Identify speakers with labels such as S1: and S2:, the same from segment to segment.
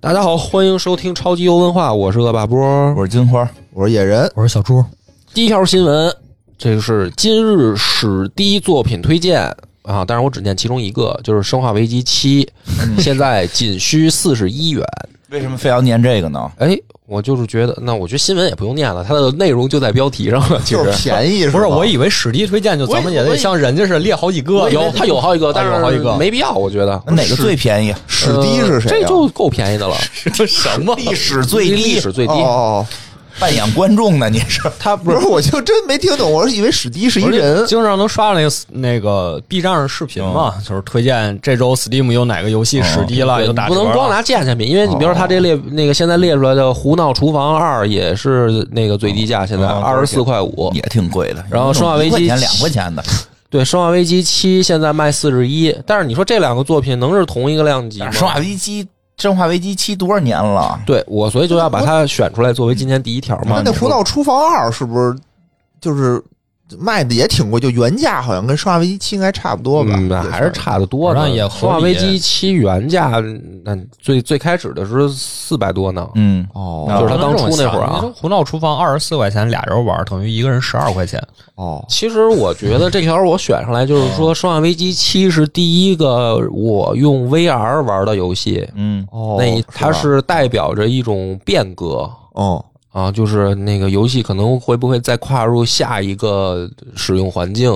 S1: 大家好，欢迎收听超级游文化，我是恶霸波。
S2: 我是金花，
S3: 我是野人，
S4: 我是小猪，
S1: 第一条新闻，这个是今日史低作品推荐啊，但是我只念其中一个，就是《生化危机七》，现在仅需四十一元。
S2: 为什么非要念这个呢？
S1: 哎，我就是觉得，那我觉得新闻也不用念了，它的内容就在标题上了。其
S3: 就
S1: 实
S3: 是便宜
S4: 不
S3: 是
S4: 是，
S3: 吧
S4: 我以为史迪推荐就咱们也得像人家似的列好几个，
S1: 有它有好几个，但
S4: 有好几
S1: 是
S4: 个
S1: 没必要，我觉得呃
S2: 那哪个最便宜？
S3: 史低是谁、啊？
S1: 这就够便宜的了，
S4: 什么？
S2: 历史最
S1: 历
S2: 低，
S1: 史最低
S3: 哦。哦，哦
S2: 扮演观众呢？你是
S4: 他不
S3: 不
S4: 是
S3: 是，我就真没听懂，我是以为史低是一人
S4: 经常能刷到那个那个 B 站上视频嘛，就是推荐这周 Steam 有哪个游戏史迪了，
S1: 嗯对
S4: 有
S1: 你
S4: 打
S1: 不
S4: 折了哦
S1: 能光拿价钱比，因为你比如说他这列那个现在列出来的《胡闹厨房二》也是那个最低价，现在
S2: 哦
S4: 嗯
S1: 二十四块五。
S2: 也挺贵的。
S1: 然后生化危机
S2: 一块钱两块钱的，
S1: 对，《生化危机七》现在卖四十一，但是你说这两个作品能是同一个量级吗
S2: 但？是生化危机，生化危机七多少年了？
S1: 对我，所以就要把它选出来作为今天第一条嘛。
S3: 那那《胡闹厨房二》是不是就是卖的也挺贵？就原价好像跟《生化危机七》应该差不多吧？
S1: 嗯，还是差得多
S4: 反
S1: 呢。
S4: 正也合理
S1: 生化危机七》原价，那最最开始的时候四百多呢。
S2: 嗯，
S3: 哦
S2: 那
S1: 就是他当初那会儿啊
S4: 《胡闹厨房》二十四块钱，俩人玩等于一个人十二块钱。
S3: 哦，
S1: 其实我觉得这条我选上来就是说，《
S4: 嗯
S1: 生化危机七》是第一个我用 VR 玩的游戏，
S2: 嗯，
S3: 哦
S1: 那它
S3: 吧
S1: 是代表着一种变革
S3: 哦
S1: 啊，就是那个游戏可能会不会再跨入下一个使用环境？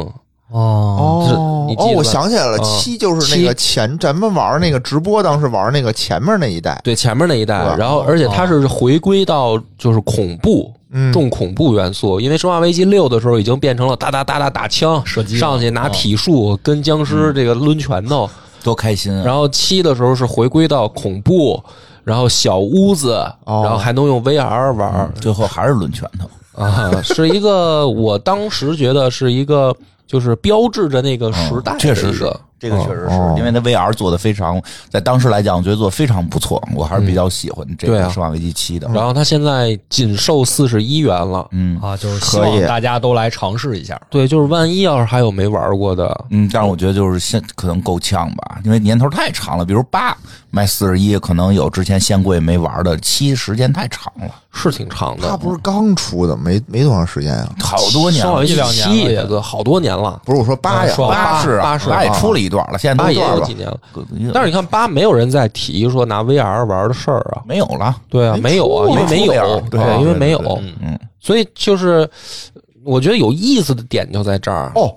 S4: 哦
S1: 是你
S3: 哦
S1: 记
S3: 哦，
S1: 得吧
S3: 我想起来了，
S1: 嗯
S3: 七就是那个前咱们玩那个直播，当时玩那个前面那一代，
S1: 对，前面那一代
S3: 对吧，
S1: 然后而且它是回归到就是恐怖。
S3: 嗯，
S1: 重恐怖元素，因为《生化危机六》的时候已经变成了哒哒哒哒打枪，
S4: 射击
S1: 上去拿体术跟僵尸这个抡拳头，
S2: 多开心啊！
S1: 然后七的时候是回归到恐怖，然后小屋子，
S3: 哦
S1: 然后还能用 VR 玩儿、
S2: 啊最后还是抡拳头，
S1: 啊，是一个我当时觉得是一个就是标志着那个时代的一个、
S2: 啊确实是。这个确实是
S3: 哦
S2: 因为它 VR 做的非常，在当时来讲，我觉得做得非常不错，我还是比较喜欢这
S1: 对
S2: 个
S1: 啊
S2: 《生化危机七》的。
S1: 然后它现在仅售四十一元了，
S2: 嗯
S4: 啊，就是希望
S3: 可以
S4: 大家都来尝试一下。
S1: 对，就是万一要是还有没玩过的，
S2: 嗯，但是我觉得就是现可能够呛吧，因为年头太长了。比如八卖四十一，可能有之前先贵没玩的，七时间太长了，
S1: 是挺长
S3: 它
S1: 的，
S3: 不是刚出的，没没多长时间啊。
S2: 好多年
S1: 生化
S2: 了
S1: 危。机
S4: 一两年了
S1: 七
S4: 也
S1: 也个好多年了，
S3: 不是我说八呀
S4: 嗯，说了
S2: 八是
S1: 八
S2: 啊
S1: 是
S2: 八也出了一段了，现在
S1: 八
S2: 都
S1: 也
S2: 段
S1: 有
S2: 了
S1: 几。年了。但
S2: 但
S1: 是
S2: 是
S1: 你看八没有人再提说拿 VR 玩的事儿啊，
S2: 没有了，
S1: 对啊，没有啊，因为没有
S2: 没哎出 VR，，对
S1: 因为没有，
S2: 对对对嗯，
S1: 所以就是我觉得有意思的点就在这儿。
S3: 哦，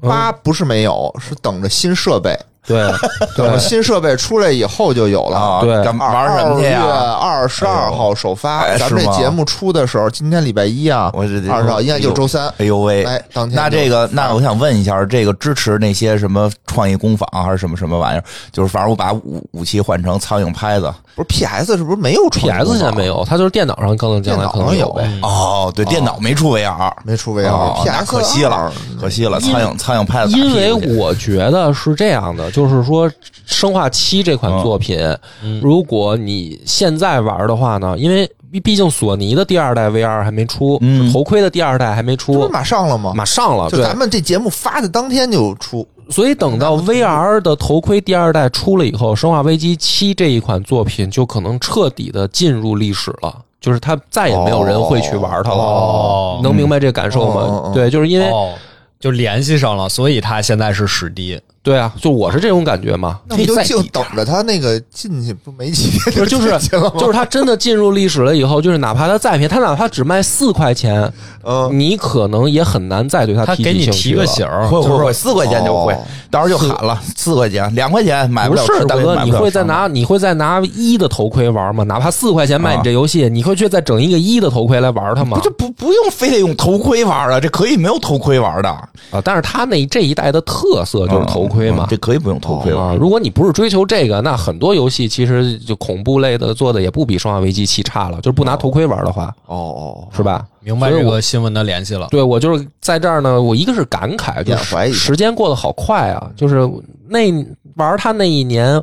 S3: 八不是没有，是等着新设备，
S1: 对，啊
S3: 等着新设备出来以后就有了。
S2: 啊，
S1: 对
S2: 干嘛
S3: 二
S2: 玩什么去
S3: 二月
S2: 呀？
S3: 二十二号首发，
S2: 哎呦
S3: 咱们
S2: 是
S3: 这
S2: 吗
S3: 节目出的时候，今天礼拜一啊，
S2: 我这
S3: 二十号应该就是周三。
S2: 哎呦喂！
S3: 哎，当天
S2: 那
S3: 就
S2: 这个，那我想问一下，这个支持那些什么创意工坊啊还是什么什么玩意儿？就是反正我把武武器换成苍蝇拍子。
S3: 不是 PS 是不是没有啊创
S1: P
S3: 意工
S1: S
S3: 坊
S1: 现在没有，它就是电脑上可能将来可能呗。
S2: 哦，对，电脑没出 VR，
S3: 没出 VR，PS、
S2: 哦，那可惜了，可惜了，苍蝇苍蝇拍子打屁
S1: 因
S2: 股去，
S1: 为我觉得是这样的，就是说《生化七》这款作品，
S2: 嗯
S1: 如果你现在玩的话呢，因为毕竟索尼的第二代 VR 还没出，
S2: 嗯
S1: 就头盔的第二代还没
S3: 这不是
S1: 出，
S3: 马上了吗？
S1: 马上了，
S3: 就
S1: 对
S3: 咱，们这节目发的当天就出，
S1: 所以等到 VR 的头盔第二代出了以后，《生化危机七》这一款作品就可能彻底的进入历史了，就是它再也没有人会去玩它了。
S4: 哦
S1: 能明白这感受吗？
S3: 哦哦哦
S1: 对，就是因为、
S4: 哦，就联系上了，所以他现在是史迪。
S1: 对啊，就我是这种感觉嘛。
S3: 那不
S2: 可以
S3: 就
S2: 再
S3: 就
S2: 抵
S3: 等着他那个进去不没几天
S1: 不是，就是
S3: 进去 了吗？
S1: 就是它真的进入历史了以后，就是哪怕它再便宜，它哪怕只卖四块钱，
S3: 嗯，
S1: 你可能也很难再对它
S4: 他
S1: 提
S4: 给
S1: 起
S4: 你
S1: 兴
S4: 提
S1: 趣
S4: 个
S1: 了。
S4: 醒儿，
S2: 会
S4: 就是
S2: 会会四块钱就会
S3: 哦，
S2: 到时候就喊了四块钱，两块钱买
S1: 哎不
S2: 了
S1: 是
S2: 吃啊
S1: 大
S2: 亏，
S1: 哥，
S2: 买不
S1: 你
S2: 了
S1: 会再
S2: 上
S1: 拿你会再拿一的头盔玩吗？哪怕四块钱卖你这游戏，你会去再整一个一的头盔来玩它吗
S2: 啊不？就不不用非得用头盔玩啊，这可以没有头盔玩的，
S1: 啊，但是它那这一代的特色就是头盔嘛
S2: 嗯。这可以不用头盔玩。
S1: 啊，如果你不是追求这个，那很多游戏其实就恐怖类的做的也不比《生化危机七》差了，就是不拿头盔玩的话，
S3: 哦哦，
S1: 是吧？
S4: 明白
S1: 所以
S4: 这
S1: 我
S4: 个新闻的联系了。
S1: 对我就是在这儿呢，我一个是感慨，就
S3: 缅怀
S1: 是
S3: 一下
S1: 时间过得好快啊，就是那玩他那一年。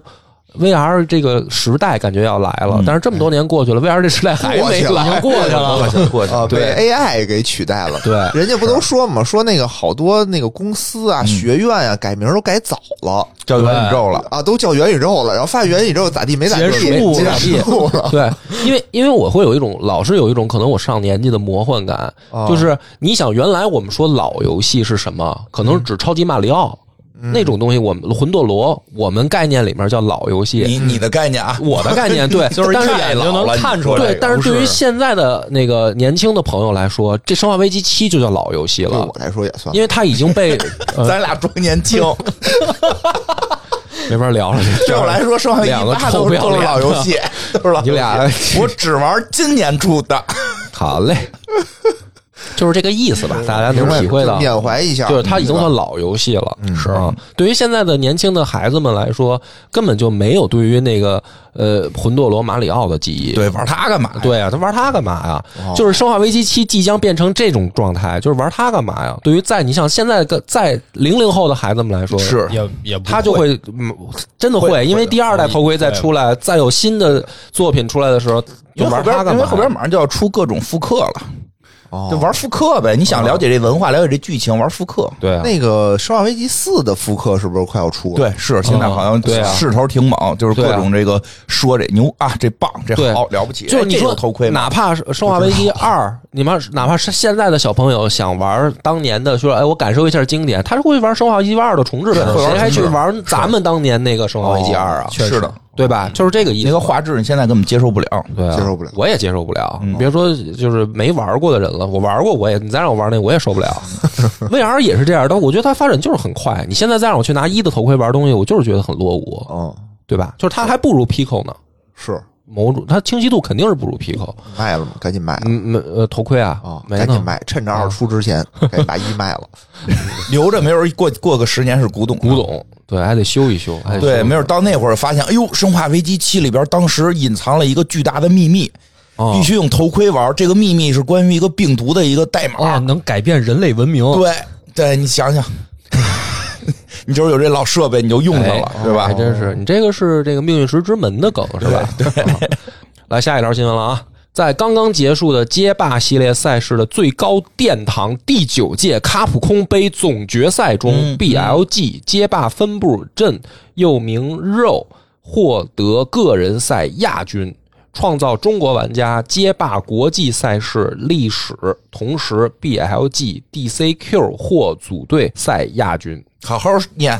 S1: VR 这个时代感觉要来了，
S2: 嗯
S1: 但是这么多年过去了，VR 这时代还
S3: 过
S1: 没
S3: 去了
S1: 来，
S4: 过去
S1: 哦
S4: 了
S2: 过去了，过去
S3: 啊，
S2: 了。
S3: 被 AI 给取代了。
S1: 对，
S3: 人家不都说嘛，说那个好多那个公司
S1: 嗯
S3: 啊、学院啊，改名都改早了
S2: 叫元宇宙了，
S3: 啊，都叫元宇宙了，然后发现元宇宙咋地没咋地，
S4: 结束
S1: 了
S3: 结束了，
S1: 对，因为因为我会有一种老是有一种可能我上年纪的魔幻感，
S3: 啊
S1: 就是你想原来我们说老游戏是什么，可能只超级马里奥、那种东西，我们魂斗罗我们概念里面叫老游戏，
S2: 你你的概念啊，
S1: 我的概念对，
S4: 就是
S1: 但
S4: 一
S1: 是
S4: 看就能看出来。
S1: 对，但
S4: 不
S1: 是
S4: 是
S1: 对于现在的那个年轻的朋友来说，这《生化危机七》就叫老游戏
S3: 对
S1: 了
S3: 我，来说也算
S1: 因为它已经被、呃、
S2: 咱俩装年 轻，
S1: 没法聊了。
S2: 对我来说，生化危
S1: 两个
S2: 机八都
S1: 臭不
S2: 是
S1: 要
S2: 都是
S1: 脸
S2: 老游 戏，都是老游戏
S1: 你俩
S2: 我只玩今年出 的，
S1: 好嘞，就是这个意思吧，大家
S3: 明
S1: 能
S3: 白
S1: 体会到。
S3: 缅怀一下，嗯
S1: 就是它已经
S3: 对吧
S1: 算老游戏了，
S4: 是
S1: 啊。对于现在的年轻的孩子们来说，根本就没有对于那个呃魂斗罗、马里奥的记忆。
S2: 对，玩它干嘛呀？
S1: 对啊，他玩它干嘛呀？就是《生化危机七》即将变成这种状态，就是玩它干嘛呀？对于在你像现在个在零零后的孩子们来说，
S2: 是
S4: 也也不
S1: 他就会嗯，真的
S2: 会
S1: 会，因为
S2: 会的
S1: 第二代头盔再出来，再有新的作品出来的时候，
S2: 因
S1: 就
S2: 为后
S1: 玩它
S2: 边，
S1: 干
S2: 因为
S1: 嘛
S2: 后边马上就要出各种复刻了，
S3: 哦
S2: 就玩复刻呗。你想
S1: 哦
S2: 了解这文化，了解这剧情，玩复刻。
S1: 对啊，
S3: 那个《生化危机四》的复刻是不是快要出了？
S2: 对，是现在好像
S1: 对啊
S2: 势头挺猛，就是各
S1: 对啊
S2: 种这个说这牛啊，这棒，这
S1: 对
S2: 好了不起，
S1: 就是
S2: 哎
S1: 你
S2: 这
S1: 说
S2: 有头盔嘛，
S1: 哪怕是《生化危机二》，你们哪怕是现在的小朋友想玩当年的，说哎，我感受一下经典，他是会玩《生化危机二》的重置版，
S2: 对会玩
S1: 谁还去
S2: 重置哦
S1: 玩咱们当年那个《生化危机二》啊？
S2: 确实是的，
S1: 对吧？就是这个意
S2: 那
S1: 思。
S2: 个画质你现在根本接受不了。
S1: 对啊
S3: 接受不了嗯
S1: 我也接受不了。你别说就是没玩过的人了，我玩过，我也你再让我玩那我也受不 了。VR 也是这样，但我觉得它发展就是很快。你现在再让我去拿一的头盔玩东西，我就是觉得很落伍，
S3: 嗯，
S1: 对吧？就是它还不如 Pico 呢，
S3: 是
S1: 某种它清晰度肯定是不如 Pico。
S3: 卖了吗？赶紧卖了
S1: 嗯，没呃头盔啊，
S3: 啊！
S1: 没
S3: 赶紧
S1: 呢，
S3: 卖，趁着二出之前，赶紧把一卖了。
S2: 留着没准儿过过个十年是古董，
S1: 古。董对，还得修一修，还得
S2: 对，
S1: 修
S2: 没准儿到那会儿发现，哎呦，《生化危机七》里边当时隐藏了一个巨大的秘密，
S1: 哦
S2: 必须用头盔玩儿。这个秘密是关于一个病毒的一个代码。
S4: 啊，能改变人类文
S1: 哦
S4: 明。
S2: 对，对你想 想，你就是有这老设备，你就用上了，
S1: 哎
S2: 对吧
S1: 还？真是，你这个是这个命运石之门的梗是吧？对。来下一条新闻了啊！在刚刚结束的街霸系列赛事的最高殿堂第九届卡普空杯总决赛中、
S2: 嗯
S1: b l g 街霸分部阵又名 RO 获得个人赛亚军，创造中国玩家街霸国际赛事历史，同时 BLG DCQ 获组队赛亚军。
S2: 好好念，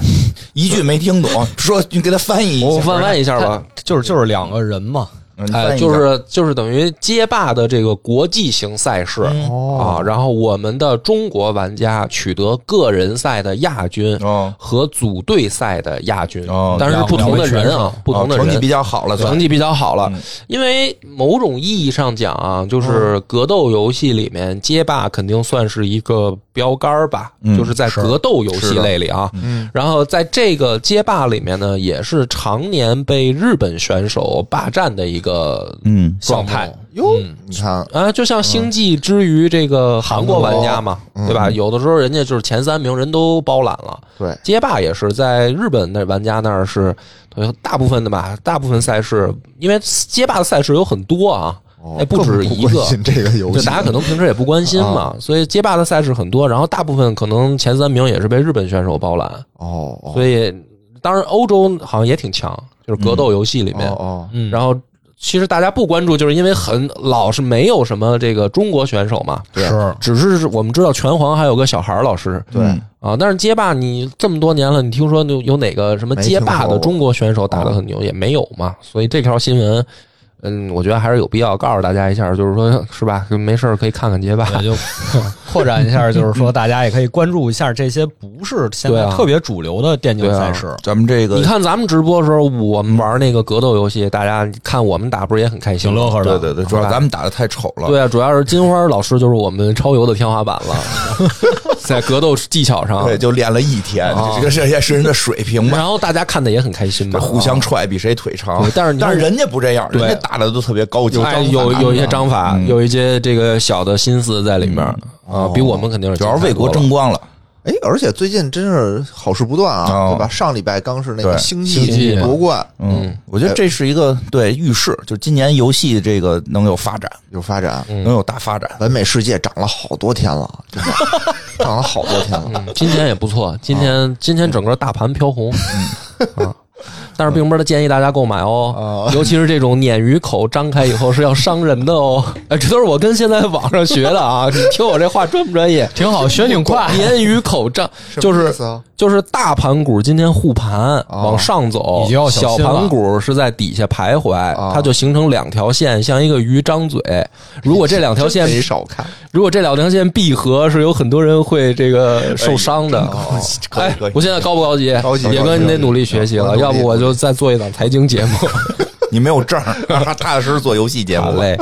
S2: 一句没听懂， 说你给他翻译一
S1: 我
S2: 下，
S1: 翻翻一下吧，
S4: 就是就是两个人嘛，
S2: 嗯你翻
S1: 哎，
S2: 译一下
S1: 就是就是等于街霸的这个国际型赛事、
S2: 嗯哦
S1: 啊，然后我们的中国玩家取得个人赛的亚军
S2: 哦
S1: 和组队赛的亚军，
S2: 哦
S1: 但是不同的人
S4: 两
S1: 啊，不同的
S2: 哦
S1: 人、
S2: 成绩比较好了，算
S1: 成绩比较好了
S2: 嗯，
S1: 因为某种意义上讲啊，就是格斗游戏里面，街霸肯定算是一个标杆儿吧，就是在格斗游戏类里啊。然后在这个街霸里面呢，也是常年被日本选手霸占的一个
S2: 嗯
S1: 状态。
S3: 哟，你看，
S1: 啊，就像星际之于这个韩国嗯玩家嘛，对吧？有的时候人家就是前三名人都包揽了，
S3: 对，
S1: 街霸也是在日本的玩家那儿是，呃大部分的吧，大部分赛事，因为街霸的赛事有很多啊，
S3: 哦
S1: 哎，不止一
S3: 更不
S1: 个
S3: 关。心这个游
S1: 就
S3: 戏，啊
S1: 大家可能平时也不关心嘛，所以街霸的赛事很多，然后大部分可能前三名也是被日本选手包揽，
S3: 哦哦
S1: 所以当然欧洲好像也挺强，就是格斗游戏里面，
S3: 哦
S4: 嗯，
S1: 然后其实大家不关注，就是因为很老是没有什么这个中国选手嘛，
S3: 对
S4: 是
S1: 只是我们知道拳皇还有个小孩儿老师，
S3: 对
S2: 嗯
S1: 啊，但是街霸你这么多年了，你听说有有哪个什么街霸的中国选手打得很
S2: 哦
S1: 牛也没有嘛？所以这条新闻，嗯，我觉得还是有必要告诉大家一下，就是说是吧？没事儿可以看看街霸。
S4: 也就扩展一下，就是说大家也可以关注一下这些不是现
S1: 对
S4: 在
S1: 啊
S4: 特别主流的电竞赛事。
S2: 咱们这
S1: 你
S2: 个
S1: 看咱们直播的时候，我们玩那个格斗游戏，大家看我们打不是也很开心
S4: 挺
S1: 吗？
S4: 乐呵的，
S2: 对对对，主要咱们打的太丑了，
S1: 对啊，主要是金花老师就是我们超游的天花板了， 在格斗技巧上。
S2: 对，就练了一天，
S1: 哦
S2: 这个这也是人的水平吧
S1: 然。后大家看的也很开心嘛
S2: 这。互相踹，比谁腿长
S1: 对。但是你看
S2: 啊但是人家不这样，人
S1: 对
S2: 家打的都特别高级，
S1: 哎，有有一些章法，有一些这个小的心思在里面啊，比我们肯定是
S2: 主要是为国
S1: 精彩多了
S2: 争光了。嗯
S3: 哎，而且最近真是好事不断啊，
S2: 哦
S3: 对吧？上礼拜刚是那
S2: 对
S3: 个星
S4: 星际
S3: 际
S4: 嘛
S3: 夺冠
S2: 嗯，我觉得这是一个对预示，就是今年游戏这个能有发展，
S3: 有发展，
S1: 嗯
S2: 能有大发展。
S3: 完美世界涨了好多天了，真的涨了好多天了。
S1: 嗯今年也不错，今年今年整个大盘飘红， 啊，但是并不是建议大家购买哦，尤其是这种鲶鱼口张开以后是要伤人的哦， 哎，这都是我跟现在网上学的啊，你听我这话专不专业？
S4: 挺好，学挺快。
S1: 鲶鱼口张就
S3: 什么意
S1: 是
S3: 思啊哦
S1: 就是大盘股今天护盘往上走
S4: 你就要，小
S1: 小
S4: 心了
S1: 盘股是在底下徘徊，
S3: 哦
S1: 它就形成两条线，像一个鱼张嘴。如果这两条线
S3: 真没少看，
S1: 如果这两条线闭合，是有很多人会这个受伤的。
S3: 哦
S2: 可以
S1: 哎
S2: 可以，
S1: 我现在高不高级？
S3: 高级
S1: 野
S3: 高
S1: 哥，
S3: 级
S1: 你得努力学习
S3: 我
S1: 了，
S3: 努力
S1: 要不我就再做一档财经节目。
S2: 你没有证儿， 踏踏实实做游戏节
S1: 好
S2: 目。
S1: 嘞，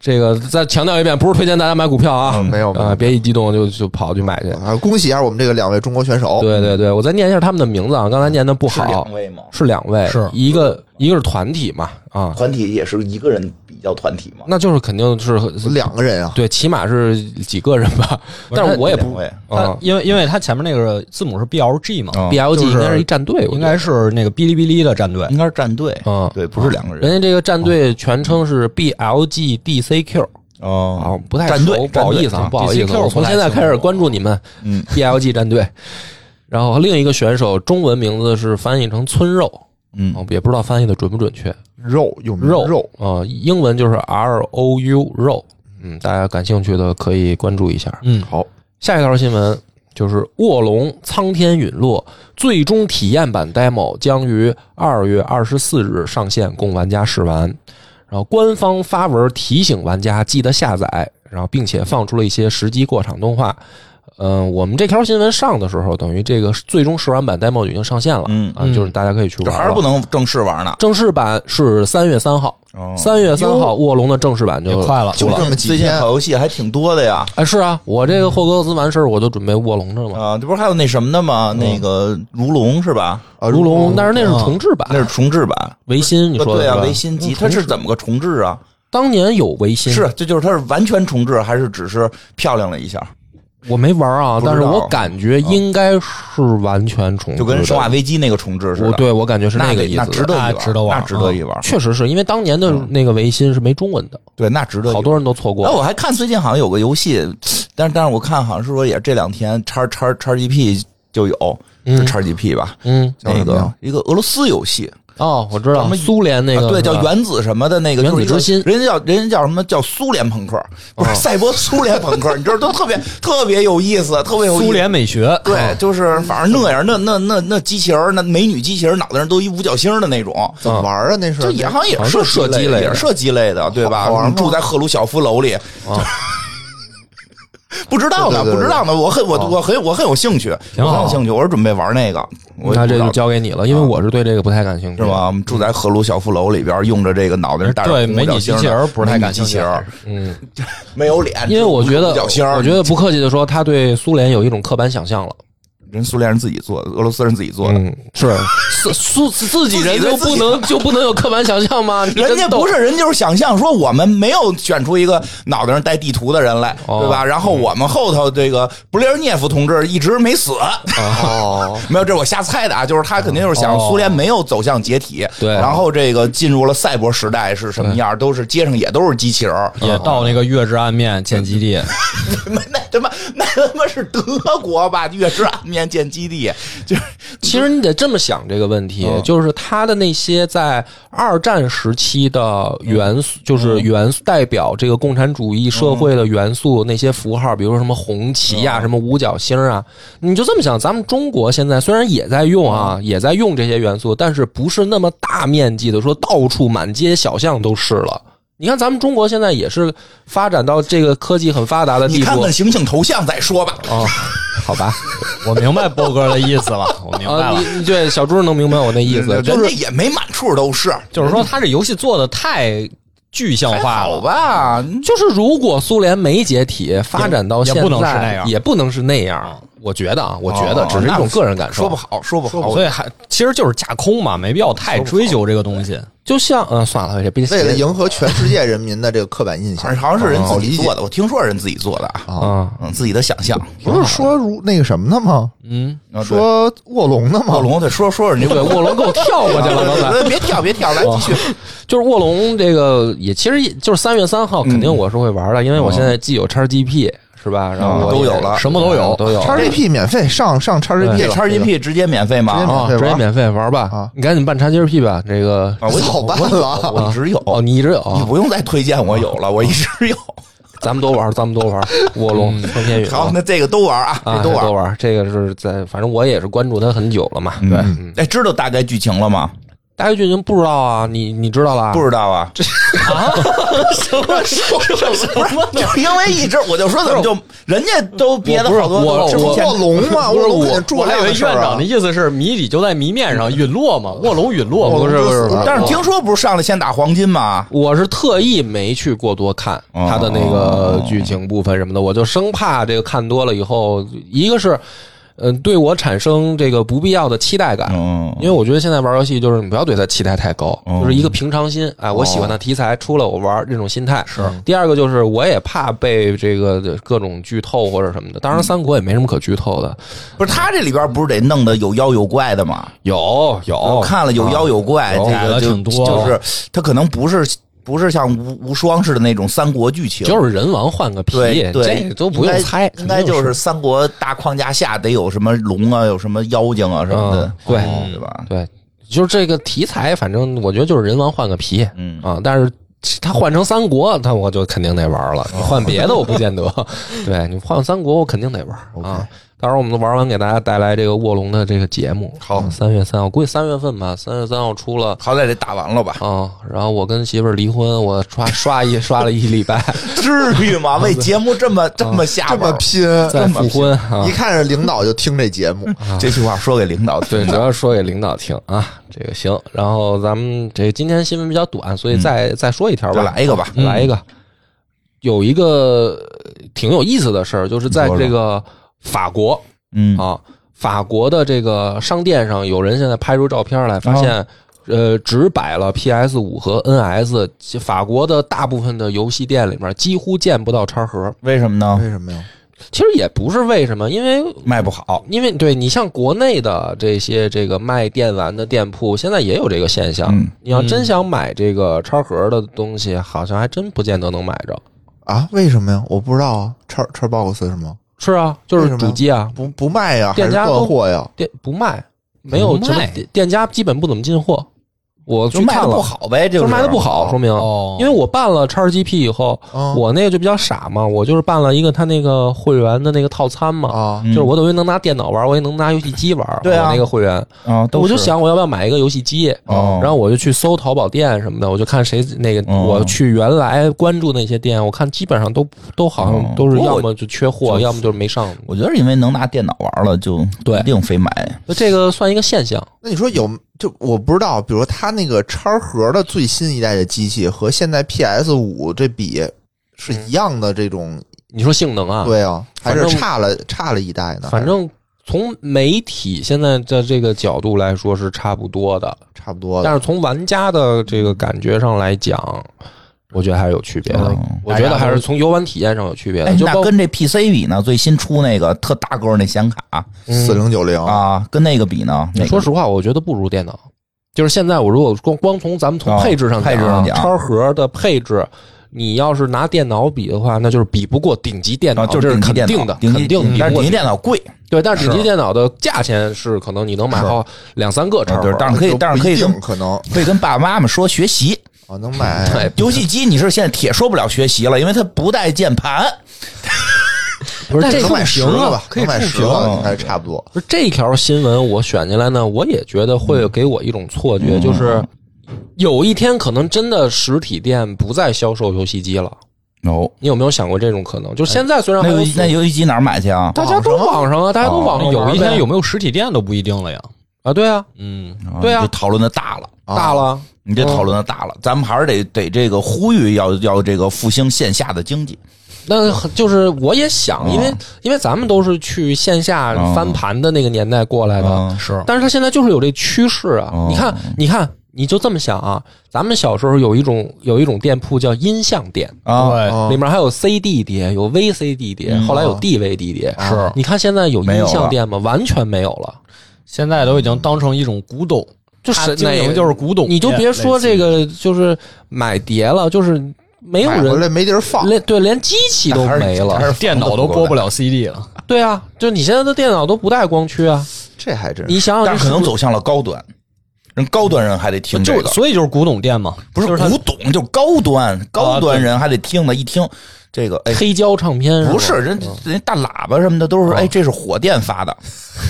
S1: 这个再强调一遍，不是推荐大家买股票啊，
S3: 嗯没有没
S1: 啊，
S3: 有。
S1: 别一激动就就跑去买去。
S3: 啊，恭喜一下我们这个两位中国选手，
S1: 对对对，我再念一下他们的名字啊，刚才念的不
S2: 哦是
S1: 好
S2: 两，位吗？
S1: 是两位，
S4: 是
S1: 一个一个是团体嘛啊，
S2: 团体也是一个人比较团体嘛？
S1: 那就是肯定是
S3: 两个人啊，
S1: 对，起码是几个人吧，但是我也不
S2: 会。
S4: 它
S1: 啊
S4: 因为因为它前面那个字母是 B L G 嘛，
S2: 嗯
S1: ，B L
S4: 啊就
S1: G
S4: 是
S1: 应该是一战队，我觉得
S4: 应该是那个哔哩哔哩的战队
S2: 应该是战队
S1: 嗯
S2: 对，不是两个人
S1: 人家这个战队全称是 BLGDCQ 啊
S2: 哦，
S1: 不太
S2: 战队
S1: 熟，不好意思啊，不好意思，
S4: DCQ
S1: 我从现在开始关注你们，
S2: 嗯
S1: ，BLG 战队。然后另一个选手中文名字是翻译成村肉，
S2: 嗯
S1: 哦，也不知道翻译的准不准确，
S3: 肉有没
S1: 肉
S3: 有肉，
S1: 啊、英文就是 R O U 肉，嗯，大家感兴趣的可以关注一下。
S4: 嗯，
S3: 好，
S1: 下一条新闻就是卧龙苍天陨落，最终体验版 demo 将于二月二十四日上线，供玩家试玩。然后官方发文提醒玩家记得下载，然后并且放出了一些实机过场动画。嗯、我们这条新闻上的时候，等于这个最终试玩版 demo 已经上线了，
S2: 嗯
S1: 啊，就是大家可以去
S2: 这
S1: 玩
S2: 还是
S1: 了。
S2: 不能正式玩呢。哦
S1: 正式版是三月三号，三月三号卧龙的正式版就
S4: 也快了，
S3: 就这么几
S2: 最近
S3: 天
S2: 好，游戏还挺多的呀。
S1: 哎，是啊，我这个霍格沃兹完事儿，我就准备卧龙着了嘛。
S2: 啊，这不是还有那什么的吗？
S1: 嗯
S2: 那个如龙是吧？
S3: 啊
S1: 如龙，但是那是重置版，
S2: 啊那是重置版。
S1: 维新，啊你
S2: 啊
S1: 说的
S2: 对
S1: 是
S2: 啊，
S1: 吧嗯
S2: 维新级，它是怎么个重置啊？
S1: 当年有维新，
S2: 是，啊这就是它是完全重置，还是只是漂亮了一下？
S1: 我没玩啊，
S2: 不知道
S1: 但
S2: 啊
S1: 是我感觉应该是完全重置的，
S2: 就跟《生化危机》那个重置似
S1: 我
S2: 的。
S1: 对我感觉是
S2: 那
S1: 个
S2: 得
S1: 意
S2: 那
S1: 思哎
S2: 值。得一玩，
S4: 那值得玩
S2: 那值得一玩。
S1: 啊
S2: 嗯哦
S1: 确实是因为当年的那个维新是没中文的，
S2: 对，那值得一玩。
S1: 好多人都错
S2: 哎，
S1: 过。
S2: 我还看最近好像有个游戏，但是但是我看好像是说也是这两天叉叉叉 GP 就有，是
S1: 嗯
S2: 叉 GP 吧？
S1: 嗯，
S3: 叫什
S2: 那
S3: 么呀
S2: 个一个俄罗斯游戏，
S1: 哦，我知
S2: 咱
S1: 道
S2: 们
S1: 苏联那个
S2: 啊对，
S1: 是吧
S2: 叫原子什么的那个
S1: 原子之心
S2: 就是一个人家叫人家叫什么叫苏联朋克，不是赛博苏联朋克，你知道都特别特别有意思，特别有意思
S4: 苏。联美学，啊
S2: 对，就是反正那样，那那那那机器人儿，那美女机器人儿脑袋上都一五角星儿的那种，
S3: 怎么玩啊？那是
S2: 就也好像也
S1: 好
S2: 是
S1: 像是射击
S2: 类
S1: 类
S2: 的，
S1: 的
S2: 也是射击类的，对吧？
S3: 好玩吗
S2: 你住在赫鲁晓夫楼里， 不知道呢，
S3: 对对对对
S2: 不知道呢。我很我我很我很有兴趣，
S4: 挺
S2: 我
S4: 好
S2: 很有兴趣。我是准备玩那个，我
S1: 那这
S2: 不
S1: 就
S2: 知道
S1: 交给你了，因为我是对这个不太感兴趣。
S2: 啊是？吧？我们住在赫鲁晓夫楼里边，用着这个脑袋上戴着
S4: 对
S2: 五
S4: 美
S2: 角
S4: 女
S2: 星
S4: 机
S2: 的
S4: 器人不是太
S2: 美女
S4: 感
S2: 机
S4: 兴
S2: 器
S4: 趣
S2: 人儿，
S1: 嗯，
S2: 没有脸，
S1: 因为我觉 得，
S2: 五角星儿
S1: 我觉得不客气的说，他对苏联有一种刻板想象了。
S2: 人苏联人自己做的，俄罗斯人自己做的。
S1: 嗯，是 自苏自己人
S2: 自己
S1: 就
S2: 对自
S1: 不
S2: 己
S1: 能就不能有刻板想象吗？你
S2: 人
S1: 真
S2: 家
S1: 逗
S2: 不是，人家就是想象说我们没有选出一个脑袋上带地图的人来，
S1: 哦
S2: 对吧？然后我们后头这个布列日涅夫同志一直没死，
S3: 哦，
S2: 没有，这是我瞎猜的啊，就是他肯定就是想
S4: 哦
S2: 苏联没有走向解体，
S1: 对
S2: 然后这个进入了赛博时代是什么样？都是街上也都是机器人儿，
S4: 也到那个月之暗面建基地，
S2: 那 那他妈那他妈是德国吧？月之暗面建基地，就是
S1: 其实你得这么想这个问题，就是他的那些在二战时期的元素，就是元素代表这个共产主义社会的元素，那些符号，比如说什么红旗啊，什么五角星啊，你就这么想，咱们中国现在虽然也在用啊，也在用这些元素，但是不是那么大面积的说到处满街小巷都是了。你看，咱们中国现在也是发展到这个科技很发达的
S2: 你
S1: 地
S2: 看
S1: 步
S2: 看醒醒头像再说吧。
S1: 哦，好吧，
S4: 我明白波哥的意思了，我明白
S1: 啊，
S4: 了。
S1: 你你对小猪能明白我那意思，
S2: 人家也没满处都是，
S4: 就是说，他这游戏做的太具象
S2: 还
S4: 化
S2: 好
S4: 了，
S2: 吧？嗯
S1: 就是如果苏联没解体，发展到现在
S4: 也不能是那样
S1: 也不能是那样。我我觉得啊，我觉得
S2: 哦
S1: 只是一
S2: 那
S1: 种个人感受，
S2: 说不好，说不好。
S4: 所以还其实就是架空嘛，没必要太追究这个东西。
S1: 就像嗯，算了，这别
S3: 为了迎合全世界人民的这个刻板印象
S2: 而，好像是人
S3: 好
S2: 自
S3: 哦理
S2: 己
S3: 解
S2: 做的，我听说是人自己做的啊，
S1: 啊，
S2: 嗯，自己的想象。
S3: 不是说如那个什么的吗？
S1: 嗯，
S2: 啊对
S3: 说卧龙的吗？
S2: 卧龙，对，说说说你
S1: 对，卧龙给我跳过 去了，刚才。
S2: 呃别跳，别跳，来继续。
S1: 就是卧龙这个也，其实也就是三月三号，肯定我是会玩的，因为我现在既有 XGP 是吧，然后我也
S2: 都有了
S1: 什么都有，都有。
S3: ，XGP 免费上上 XGP
S2: 这
S3: 了
S2: 叉 GP 直接免费
S3: 直接
S2: 吗？
S3: 免
S1: 啊，
S3: 费
S1: 直接
S3: 玩
S1: 免费玩吧
S3: 啊，
S1: 你赶紧办 XGP 吧，这个
S2: 啊，我有
S3: 早办
S2: 我有
S3: 了
S2: 我一直有。
S1: 哦，你一直有啊，
S2: 你不用再推荐我有了，我一直有。
S1: 咱们多玩，咱们多玩卧龙苍天陨
S2: 好
S1: 啊，，
S2: 那这个都玩啊，
S1: 啊
S2: 这都玩
S1: 都。玩，这个是在，反正我也是关注他很久了嘛。
S2: 对，哎，知道大概剧情了吗？
S1: 大家剧情不知道啊，你你知道啦？
S2: 不知道 啊，这啊，什么什么什么？就是因为一直我就说怎么就人家都别
S1: 我
S2: 的
S1: 不是
S2: 好多都
S1: 我
S2: 之
S1: 我
S2: 前
S3: 卧龙嘛，
S1: 不
S3: 卧
S1: 是
S3: 龙
S1: 我
S3: 肯定诸
S4: 我
S3: 葛
S4: 还以
S3: 亮
S4: 为
S3: 的事
S4: 院
S3: 儿啊
S4: 长的。意思是谜底就在谜面上，陨落嘛，卧龙陨落嘛，
S3: 卧
S1: 不
S3: 龙
S1: 是不是不是，
S2: 但是听说不是上来先打黄金吗？
S1: 我是特意没去过多看他的那个剧情部分什么的，我就生怕这个看多了以后，一个是，嗯、对我产生这个不必要的期待感。
S2: 嗯，
S1: 因为我觉得现在玩游戏就是你不要对它期待太高，
S2: 嗯
S1: 就是一个平常心。哎，我喜欢的题材出了我玩这种心态。是。第二个就是我也怕被这个各种剧透或者什么的。当然，三国也没什么可剧透的。
S2: 不是他这里边不是得弄得有妖有怪的吗？
S1: 有有，
S2: 我看了有妖有怪，
S1: 有
S2: 这
S4: 哦改
S2: 个
S4: 了
S2: 就
S4: 挺多
S2: 就是他可能不是不是像无无双似的那种三国剧情，
S1: 就是人王换个皮，
S2: 对对，
S1: 这都不用
S2: 应该
S1: 猜，
S2: 应该
S1: 肯定
S2: 就是三国大框架下得有什么龙啊，有什么妖精啊什么的
S1: 嗯，对
S2: 哦对吧？
S1: 对，就是这个题材，反正我觉得就是人王换个皮，
S2: 嗯
S1: 啊，但是他换成三国，那我就肯定得玩
S2: 哦
S1: 了。你换别的我不见得， 对你换三国我肯定得玩啊。到时候我们玩完给大家带来这个卧龙的这个节目。
S2: 好
S1: 嗯三月三号，估计三月份吧，三月三号出了。
S2: 好歹得打完了吧？
S1: 啊、然后我跟媳妇儿离婚，我刷刷一刷了一礼 拜，
S2: 至于吗？ 为节目这么这么下
S3: 这
S2: 边
S3: 么
S1: 啊
S2: 儿，
S3: 拼，
S1: 再复婚啊
S3: 一。看是领导就听这节目，
S2: 啊这句话说给领导
S1: 对，
S2: 听
S1: 主
S2: 的。
S1: 要说给领导听啊， 这个行。然后咱们这个今天新闻比较短，所以再、再说一条
S2: 就
S1: 吧。
S2: 来一个吧，
S1: 来一个，有一个挺有意思的事儿，就是在这个法国
S2: 嗯
S1: 啊，法国的这个商店上，有人现在拍出照片来，发现。呃，只摆了 PS 五和 NS，法国的大部分的游戏店里面几乎见不到叉盒。
S2: 为什么呢？
S3: 为什么呀？
S1: 其实也不是为什么，因为
S2: 卖不好，
S1: 因为对你像国内的这些这个卖电玩的店铺，现在也有这个现象。
S2: 嗯
S1: 你要真想买这个叉盒的东西，好像还真不见得能买着。
S3: 啊，为什么呀？我不知道啊。叉叉 box 是吗？
S1: 是啊，就
S3: 为
S1: 是
S3: 什么
S1: 主机啊，
S3: 不不卖呀，还
S1: 店
S3: 是
S1: 家都
S3: 断货呀？
S1: 店不卖，没有
S4: 不
S1: 什么
S4: 卖
S1: 店店家基本不怎么进货。我
S2: 就
S1: 去
S2: 卖
S1: 看
S2: 的不
S1: 了，
S2: 好呗，这
S1: 就
S2: 就是
S1: 卖的不好，说明。
S4: 哦
S1: 因为我办了叉 GP 以后，
S2: 哦
S3: 嗯
S1: 我那个就比较傻嘛，我就是办了一个他那个会员的那个套餐嘛，
S3: 啊
S1: 就是我等于能拿电脑玩，我也能拿游戏机玩。
S2: 哦嗯对啊
S1: 我那个会员，
S2: 啊，都
S1: 我就是想我要不要买一个游戏机，
S2: 哦
S1: 然后我就去搜淘宝店什么的，我就看谁那个，
S2: 哦
S1: 我去原来关注那些店，我看基本上都都好
S2: 哦
S1: 像都是
S2: 不过
S1: 要
S2: 我
S1: 么就缺货，要么就是没 上。
S2: 我觉得因为能拿电脑玩了，就
S1: 对
S2: 一定非买。啊
S1: 就这个算一个现象。啊
S3: 那你说有就我不知道，比如它那个叉盒的最新一代的机器和现在 PS 五这比是一样的这种，
S1: 你说性
S2: 嗯
S1: 能啊？
S3: 对啊，还
S1: 反正
S3: 是差了差了一代
S2: 啊
S3: 呢？
S1: 反正从媒体现在的这个角度来说是差不多的，
S3: 还是差不多的
S1: 但。是从玩家的这个感觉上来讲，我觉得还是有区别的
S2: 哦。
S1: 我觉得还是从游玩体验上有区别
S2: 哎
S1: 的，，就
S2: 那
S1: 包括
S2: 跟这 PC 比呢？最新出那个特大个儿那显卡
S3: 四零九零，
S2: 啊，跟那个比呢？那个
S1: 说实话，我觉得不如电脑。就是现在，我如果光光从咱们从
S2: 哦
S1: 配置上啊
S2: 配置上讲
S1: 超核的配置，你要是拿电脑比的话，那就是比不过顶级电脑，
S2: 啊，就
S1: 这
S2: 是
S1: 是肯
S2: 顶级
S1: 定
S2: 电
S1: 的
S2: 脑，，
S1: 肯
S2: 顶级嗯
S1: 定比
S2: 但
S1: 不过
S2: 是顶级电脑贵，
S1: 对，但是顶级
S2: 是
S1: 电脑的价钱是可能你能买好两三个超
S2: 对
S1: 核，，
S2: 但啊嗯是可以，但是可以
S3: 就不一
S2: 跟
S3: 定可能
S2: 可以跟爸爸妈妈说学习。
S3: 啊 能买。
S1: 对
S2: 游戏机你是现在铁说不了学习了，因为它不带键盘。
S1: 不是
S3: 但
S1: 这啊
S3: 是能买十个吧，
S1: 可以
S3: 能买
S1: 触
S3: 十
S1: 屏
S3: 个
S2: 嗯
S3: 应该差不多。
S1: 不是这条新闻我选进来呢，我也觉得会给我一种错觉，就是
S2: 嗯
S1: 有一天可能真的实体店不再销售游戏机了。
S2: 哦，
S1: 你有没有想过这种可能？就是现在虽然
S2: 哎那
S1: 还有
S2: 游戏那游戏机哪儿买去啊？
S1: 大家都网上啊，大家都网上有
S4: 有一
S1: 一天
S4: 天
S1: 有
S4: 有没有实体店都不一定了呀。
S1: 啊？对啊，
S4: 嗯，
S1: 对啊
S2: 你这讨论的大了。啊
S1: 大了，
S2: 你这讨论的大了，咱们还是得得这个呼吁要要这个复兴线下的经济，
S1: 那很就是我也想，因为因为咱们都是去线下翻盘的那个年代过来的，
S2: 嗯
S4: 是
S1: 但是它现在就是有这趋势啊
S2: 哦。
S1: 你看，你看，你就这么想啊，咱们小时候有一种有一种店铺叫音像店，
S2: 啊，
S4: 对，
S3: 哦
S1: 里面还有 CD 碟，有 VCD 碟，后来有 DVD 碟。啊
S4: 是
S1: 你看现在有
S2: 没有
S1: 音像
S2: 了
S1: 店吗？完全没有了。
S4: 现在都已经当成一种古董，
S1: 就
S4: 它
S1: 是
S4: 经
S1: 哪
S4: 营就是古董店，
S1: 你就别说这
S4: 类似于
S1: 个，就是买碟了，就是没有
S3: 买回
S1: 人
S3: 来没地儿放，
S1: 连对连机器都没
S2: 还
S1: 了。
S2: 是
S4: 电脑都播不了 CD 了，
S1: 对啊，就你现在的电脑都不带光驱啊，
S3: 这还真
S1: 你
S3: 是。
S1: 想想，
S2: 但是可能走向了高端，人高端人还得
S1: 嗯
S2: 听这
S4: 就
S2: 个，
S4: 所以就是古董店嘛，
S2: 不是
S4: 就是它
S2: 古董，就高端，高端人还得听呢。一听这个，哎，
S1: 黑胶唱片吧
S2: 不是人
S1: 嗯
S2: 人大喇叭什么的都是，哎，这是火电发的，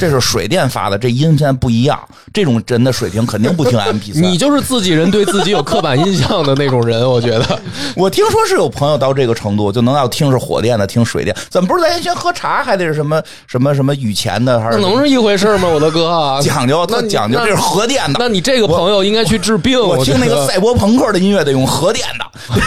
S2: 这是水电发的，这音现在不一样。这种人的水平肯定不听 MP 三。
S1: 你就是自己人对自己有刻板印象的那种人，我觉 得。
S2: 我听说是有朋友到这个程度，就能要听是火电的，听水电。怎么不是咱先喝茶，还得是什么什么什么雨前的，还
S1: 那
S2: 是
S1: 能是一回事吗，我的哥、啊？
S2: 讲究？
S1: 那
S2: 特
S1: 你
S2: 讲究，
S1: 那
S2: 这是核电的。
S1: 那你这个朋友应该去治病。我
S2: 我听那
S1: 觉
S2: 个
S1: 得
S2: 赛博朋克的音乐得用核电的，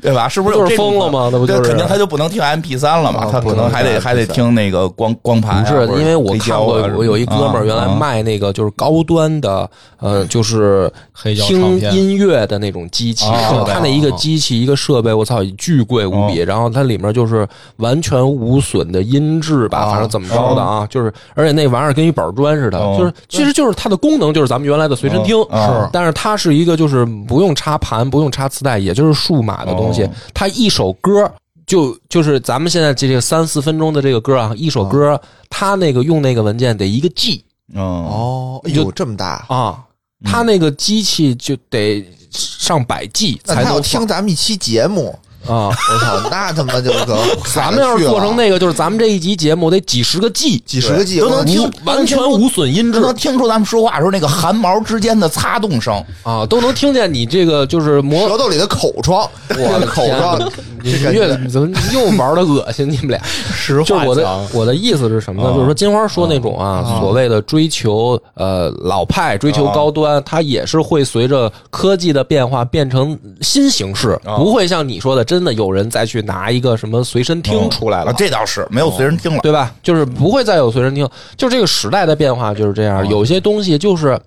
S2: 对吧？是不是有
S1: 不就是
S2: 这种
S1: 疯了吗那不就是
S2: 对肯定他就不能听 MP 三了嘛，
S3: 啊
S2: 他可能还得
S3: 不能听 MP3
S2: 还得听那个光光盘啊、
S1: 不是，
S2: 或者
S1: 因为我
S2: 黑
S1: 看
S2: 胶啊
S1: 过
S2: 什么，的
S1: 我有一哥们儿原来
S2: 啊
S1: 卖那个就是高端的，呃，就是
S4: 黑胶唱
S1: 听
S4: 片
S1: 音乐的那种机器。
S2: 啊哦
S1: 他那一个机器一个设备，我操，巨贵无比。然后它里面就是完全无损的音质吧，
S2: 啊
S1: 反正怎么着的啊，就是而且那玩意儿跟一板砖似的，
S2: 哦
S1: 就是其实就是它的功能就是咱们原来的随身听，
S2: 啊是
S1: 但是它是一个就是不用插盘、不用插磁带，也就是数码的东西
S2: 哦，
S1: 它一首歌。就就是咱们现在这这个三四分钟的这个歌啊，一首歌，它那个用那个文件得一个 G
S2: 嗯
S3: 哦，哎呦，这么大，
S1: 啊，它那个机器就得上百 G
S3: 那
S1: 才
S3: 他要
S1: 能
S3: 听咱们一期节目，
S1: 放啊。
S3: 我操，那他妈就可
S1: 咱们要是做成那个，就是咱们这一集节目得几十个 G，
S3: 几十个 G，
S2: 都能听
S1: 完全无损音质
S2: 都能听出咱们说话时候那个汗毛之间的擦动声。
S1: 啊，都能听见你这个就是
S3: 我
S1: 磨
S3: 舌头里的口疮，
S1: 我的
S3: 口
S1: 天啊
S3: 疮
S1: 呐，
S3: 这
S1: 你
S3: 感
S1: 越
S3: 觉
S1: 怎么又玩的恶心？你们俩，
S4: 实话
S1: 就是我的
S4: 讲
S1: 我的意思是什么呢？
S2: 啊
S1: 就是说金花说那种啊，所谓的追求呃老派、追求高端，它也是会随着科技的变化变成新形式，不会像你说的，真的有人再去拿一个什么随身听出来了哦
S2: 啊，。这倒是没有随身听了。
S1: 对吧？就是不会再有随身听，就这个时代的变化就是这样。有些东西就是，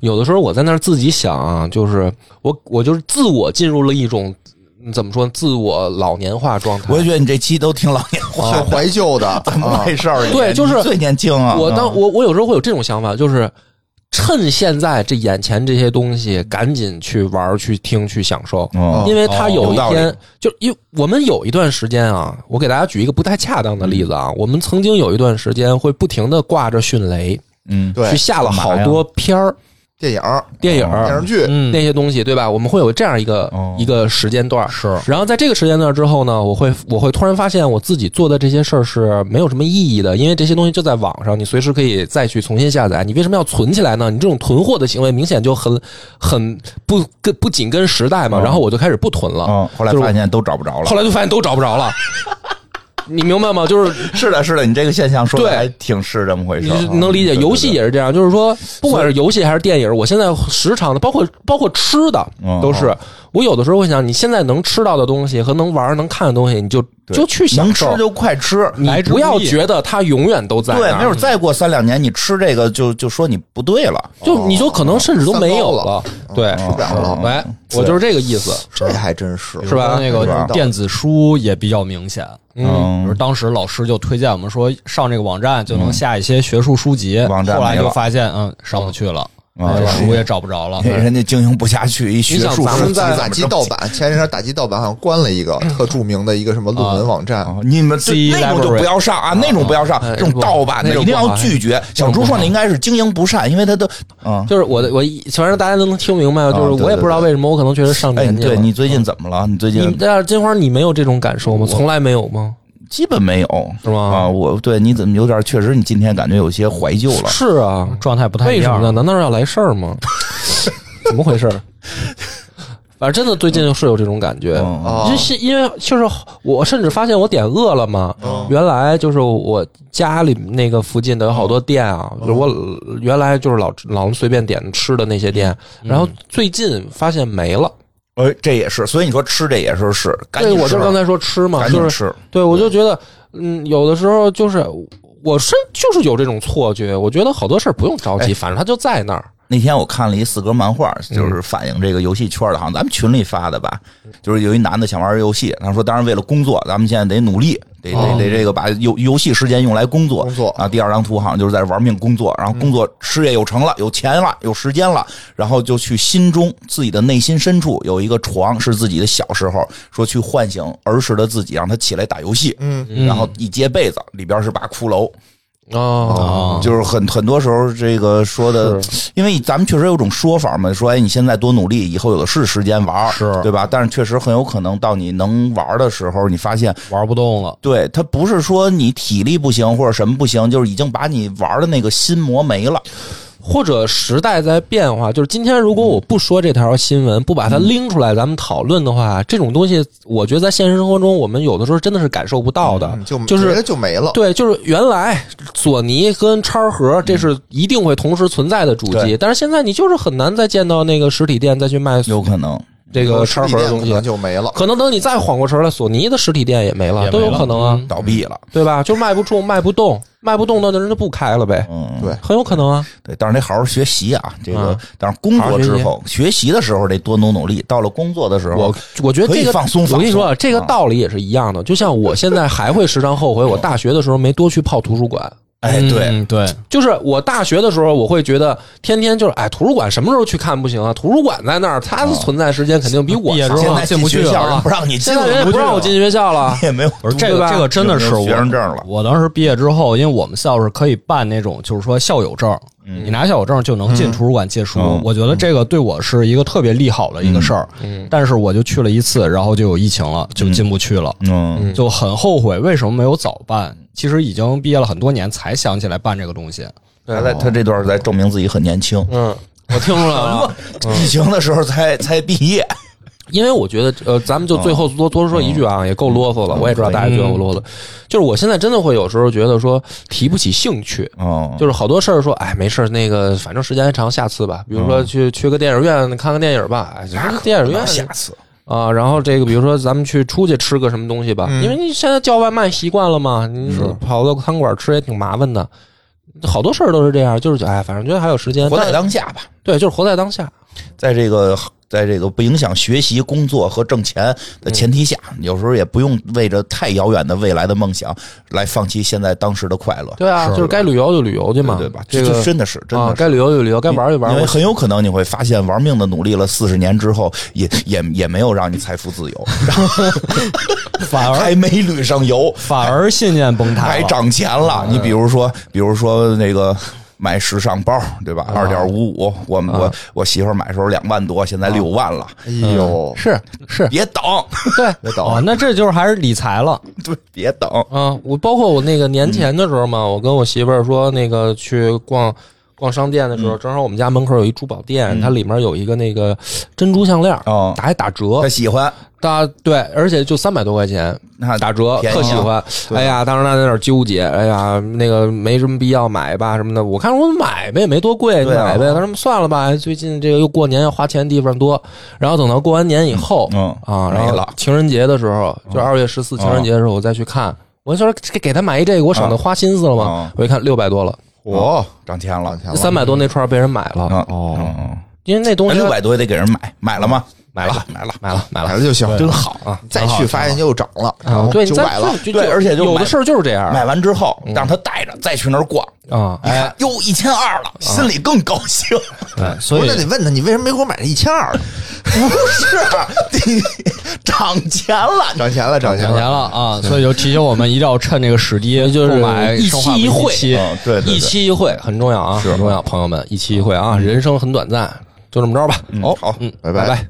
S1: 有的时候我在那儿自己想啊，就是我我就是自我进入了一种嗯怎么说自我老年化状态。
S2: 我就觉得你这期都挺老年化，
S3: 挺怀旧的
S2: 怎么
S3: 啊。
S2: 回事儿？你
S1: 哦对就是
S2: 你最年轻啊！
S1: 我当
S2: 嗯
S1: 我我有时候会有这种想法，就是趁现在这眼前这些东西，赶紧去玩儿、去听、去享受。
S2: 嗯
S1: 因为它有一天，
S2: 有道
S1: 就因为我们有一段时间啊，我给大家举一个不太恰当的例子啊，
S2: 嗯
S1: 我们曾经有一段时间会不停的挂着迅雷，
S2: 嗯
S1: 去
S3: 对，
S1: 下了好多片儿、
S3: 电影、
S1: 电影、
S2: 哦
S3: 电视剧，
S4: 嗯
S1: 那些东西，对吧？我们会有这样一个、
S2: 哦
S1: 一个时间段儿，
S4: 是
S1: 然后在这个时间段之后呢，我会我会突然发现我自己做的这些事儿是没有什么意义的，因为这些东西就在网上，你随时可以再去重新下载。你为什么要存起来呢？你这种囤货的行为明显就很很不跟不紧跟时代嘛。
S2: 嗯
S1: 然后我就开始不囤了，
S2: 嗯，后来
S1: 就是
S2: 发现都找不着了
S1: 后。来就发现都找不着了。你明白吗？就是
S2: 是的，是的，你这个现象说的
S1: 对
S2: 还挺是这么回
S1: 你
S2: 事儿。
S1: 你能理解，
S2: 嗯
S1: 游戏，也是这样，就是说，不管是游戏还是电影，我现在时常的，包括包括吃的
S2: 嗯，
S1: 都是。我有的时候会想，你现在能吃到的东西和能玩儿能看的东西，你就
S2: 对
S1: 就去
S2: 对对能
S1: 享
S2: 吃
S1: 受。
S2: 就快吃。
S1: 你
S4: 来之
S1: 不要
S4: 不易
S1: 觉得它永远都在那
S2: 对，
S1: 儿
S2: 没准再过三两年，你吃这个就就说你不对了。嗯
S1: 就你就可能甚至
S2: 哦
S1: 都没有
S3: 三高
S1: 了。对，
S3: 受不
S2: 啊
S3: 了了，
S1: 喂，我就是这个意思，
S3: 这还真是
S1: 是吧
S4: 那
S3: 是吧
S4: 个电子书也比较明显，比如
S2: 嗯，
S4: 当时老师就推荐我们说上这个网站就能下一些学术书籍，
S2: 网站没
S4: 后
S2: 了
S4: 来就发现嗯上不去了，
S2: 啊
S4: 这
S2: 是
S4: 书也找不 着了。
S2: 因为嗯人家经营不下去，一学
S1: 你想
S2: 术
S1: 咱
S2: 书
S1: 们
S2: 籍
S1: 在嗯
S3: 打
S2: 怎么
S3: 击
S2: 着
S3: 盗版，前一阵打击盗版好像关了一个特著名的一个什么论文网站，
S2: 啊你们这
S4: C
S2: 那种就
S4: library
S2: 不要上啊，那种不要上，
S1: 哎
S2: 这种
S1: 不
S2: 盗版
S1: 那
S2: 的
S1: 种
S2: 一定
S1: 不
S2: 要
S1: 好
S2: 拒绝。小猪说那应该是经营不善，因为他都嗯，
S1: 就是我的我一，反正大家都能听明白，
S2: 啊
S1: 就是
S2: 对
S1: 我也
S2: 对
S1: 不知道为什么，我可能觉得上
S2: 哎，
S1: 年纪了。嗯
S2: 对你最近怎么了？你最
S1: 你
S2: 近
S1: 但是金花，你没有这种感受吗？从来没有吗？
S2: 基本没有
S1: 是吗
S2: 啊，我对你怎么有点确实，你今天感觉有些怀旧了。
S1: 是啊，
S2: 嗯
S4: 状态不太一
S1: 为什
S4: 样
S1: 么呢？难道是要来事儿吗？怎么回事儿？反正真的最近是有这种感觉，
S2: 嗯
S3: 哦
S1: 就是因为就是我甚至发现我点饿了嘛，原来就是我家里那个附近的有好多店啊，就是我原来就是老老能随便点吃的那些店，然后最近发现没了。
S2: 呃，这也是，所以你说吃这也是是，赶
S1: 对，
S2: 紧
S1: 我
S2: 吃
S1: 就
S2: 啊，
S1: 刚才说吃嘛，
S2: 赶
S1: 就
S2: 紧
S1: 是
S2: 吃，
S1: 对，我就觉得，嗯，有的时候就是，我是就是有这种错觉，我觉得好多事儿不用着急，反正它就在那儿。
S2: 那天我看了一四格漫画，
S3: 嗯
S2: 就是反映这个游戏圈的，好像咱们群里发的吧。就是有一男的想玩游戏，他说：“当然为了工作，咱们现在得努力，得得得这个把游游戏时间用来工作。”
S3: 哦工作
S2: 啊，第二张图好像就是在玩命工作，然后工作事业有成了，有钱了，有时间了，然后就去心中自己的内心深处有一个床，是自己的小时候，说去唤醒儿时的自己，让他起来打游戏。
S3: 嗯，
S2: 然后一揭被子，里边是把骷髅。
S1: 哦，
S2: 啊就是很很多时候这个说的，因为咱们确实有种说法嘛，说哎，你现在多努力，以后有的是时间玩儿，
S4: 是
S2: 对吧？但是确实很有可能到你能玩儿的时候，你发现。
S4: 玩不动了。
S2: 对他不是说你体力不行或者什么不行，就是已经把你玩儿的那个心磨没了。
S1: 或者时代在变化，就是今天如果我不说这条新闻，不把它拎出来咱们讨论的话，这种东西，我觉得在现实生活中，我们有的时候真的是感受不到的，
S3: 嗯就
S1: 嗯就是
S3: 没了就没了。
S1: 对，就是原来索尼跟叉盒这是一定会同时存在的主机，
S2: 对
S1: 但是现在你就是很难再见到那个实体店再去卖
S2: 有可能，
S1: 这个叉盒的
S3: 店
S1: 东
S3: 呃可
S1: 西
S3: 能。就没了。
S1: 可能等你再缓过神儿来，索尼的实体店也没了，
S4: 也没了
S1: 都有可能啊，
S2: 倒闭了。
S1: 对吧？就卖不出，卖不动，卖不动，那人就不开了呗，
S2: 嗯，
S3: 对
S1: 很有可能啊。
S2: 对，但是得好好学习啊。这个
S1: 啊，
S2: 但是工
S1: 好好
S2: 作
S1: 学
S2: 之
S1: 习
S2: 后，学习的时候得多努努力。到了工作的时候
S1: 我，我觉得这
S2: 可
S1: 个
S2: 以放松
S1: 我跟你说，
S2: 放
S1: 啊，
S2: 松
S1: 这个道理也是一样的。就像我现在还会时常后悔，我大学的时候没多去泡图书馆。
S2: 哎，对，
S4: 嗯对，
S1: 就是我大学的时候，我会觉得天天就是哎，图书馆什么时候去看不行啊？图书馆在那儿，它的存在时间肯定比我
S4: 毕业之
S1: 长
S4: 后。
S2: 现在
S4: 进
S2: 进
S4: 不去
S2: 学校
S4: 了
S2: 人不让你进
S1: 啊现在人也不让我进学校了，
S2: 也没有
S4: 不是这
S1: 对
S4: 个
S1: 吧
S4: 这个真的是
S2: 有
S4: 我
S2: 学生证了
S4: 我当时毕业之后，因为我们校是可以办那种，就是说校友证，你拿校友证就能进图书馆借书
S2: 嗯。
S4: 我觉得这个对我是一个特别利好的一个事儿。
S1: 嗯
S4: 但是我就去了一次，然后就有疫情了，就进不去了，
S2: 嗯，
S1: 嗯
S4: 就很后悔为什么没有早办。其实已经毕业了很多年才想起来办这个东西。
S2: 他在他这段在证明自己很年轻，
S1: 嗯，我听出来了。
S2: 疫情的时候才才毕业，
S1: 因为我觉得，呃，咱们就最后多多说一句啊，也够啰嗦了。我也知道大家觉得我啰嗦，就是我现在真的会有时候觉得说提不起兴趣，
S2: 哦，
S1: 嗯就是好多事儿说，哎，没事儿，那个反正时间还长，下次吧。比如
S2: 嗯
S1: 说去去个电影院看看电影吧，哎，就是电影院
S2: 下次
S1: 啊，然后这个比如说咱们去出去吃个什么东西吧，
S2: 嗯
S1: 因为你现在叫外卖习惯了嘛，你跑到餐馆吃也挺麻烦的。好多事儿都是这样，就是哎，反正觉得还有时间，
S2: 活在
S1: 但
S2: 当下吧，
S1: 对，就是活在当下。
S2: 在这个在这个不影响学习、工作和挣钱的前提下，有时候也不用为着太遥远的未来的梦想来放弃现在当时的快乐，
S1: 对啊，就是该旅游就旅游去嘛，
S2: 对吧？
S1: 这
S2: 这
S1: 个
S2: 真的是真
S1: 啊
S2: 的，是。
S1: 该旅游就旅游，该玩就玩。
S2: 因为
S1: 我
S2: 很有可能你会发现，玩命的努力了四十年之后，也也也没有让你财富自由，
S4: 反而
S2: 还没旅上游，
S4: 反而信念崩塌
S2: 还
S4: 了。
S2: 涨钱了。你比如说，比如说那个。买时尚包，对吧？二点五五，我我我媳妇儿买的时候两万多，现在六万了。
S3: 哎呦，
S4: 是是，
S2: 别等，
S4: 对，
S3: 别等
S4: 哦，那这就是还是理财了。
S1: 嗯
S2: 对，别等。
S1: 啊，我包括我那个年前的时候
S2: 嗯
S1: 嘛，我跟我媳妇儿说，那个去逛逛商店的时候，
S2: 嗯
S1: 正好我们家门口有一珠宝店，它里面有一个那个珍珠项链儿，
S2: 哦
S1: 打还打折
S2: 她，喜欢，
S1: 大对，而且就三百多块钱
S2: 那
S1: 打折，
S2: 便宜
S1: 特喜
S2: 啊
S1: 欢。哎呀，当时他在那儿纠结，哎呀，那个没什么必要买吧什么的。我看我买呗，没多贵，
S2: 对啊
S1: 买呗。他说算了吧，哎最近这个又过年要花钱的地方多。然后等到过完年以后，
S2: 嗯
S1: 啊，
S2: 没
S1: 然后
S2: 了嗯
S1: 情人节的时候，就二月十四情人节的时候，我再去看。我就说给给他买一这个，我
S2: 嗯
S1: 省得花心思了嘛
S2: 啊。
S1: 我一看六百多了，
S3: 我
S2: 嗯涨钱了
S3: 往。前
S1: 三
S3: 了，
S1: 百多那串被人买了，
S2: 嗯哦，
S1: 因为那东西
S2: 六百多也得给人买，买了吗？啊
S1: 买了
S2: 买了。
S1: 买了买了
S3: 买了就行，
S2: 真好
S1: 啊
S3: 再去发现又涨了，
S2: 哎
S3: 然
S1: 啊
S3: 后！
S1: 对，你
S3: 九
S1: 再
S3: 百了，
S1: 就
S2: 对而且就
S1: 有的
S2: 买
S1: 事儿就是这样
S2: 买完之后，让她带着再去那儿逛，
S1: 啊。
S2: 一看哟一千二了，心里更高兴。
S4: 对，所
S3: 不
S4: 以
S3: 是那得问他，你为什么没给我买这一千二？
S2: 是，你涨钱了，
S3: 涨钱了，涨钱
S4: 涨钱
S3: 了，
S4: 了啊！所以就提醒我们一定要趁这个时 机，
S1: 嗯就是
S4: 购买
S1: 一
S4: 生化
S1: 期一
S4: 危机
S1: 会哦
S4: 期
S2: 嗯对对对
S1: 一期一会很重要啊，很重要，朋友们，一期一会啊，人生很短暂，就这么着吧。
S2: 哦，好，
S1: 嗯，
S3: 拜
S1: 拜
S3: 拜
S1: 拜。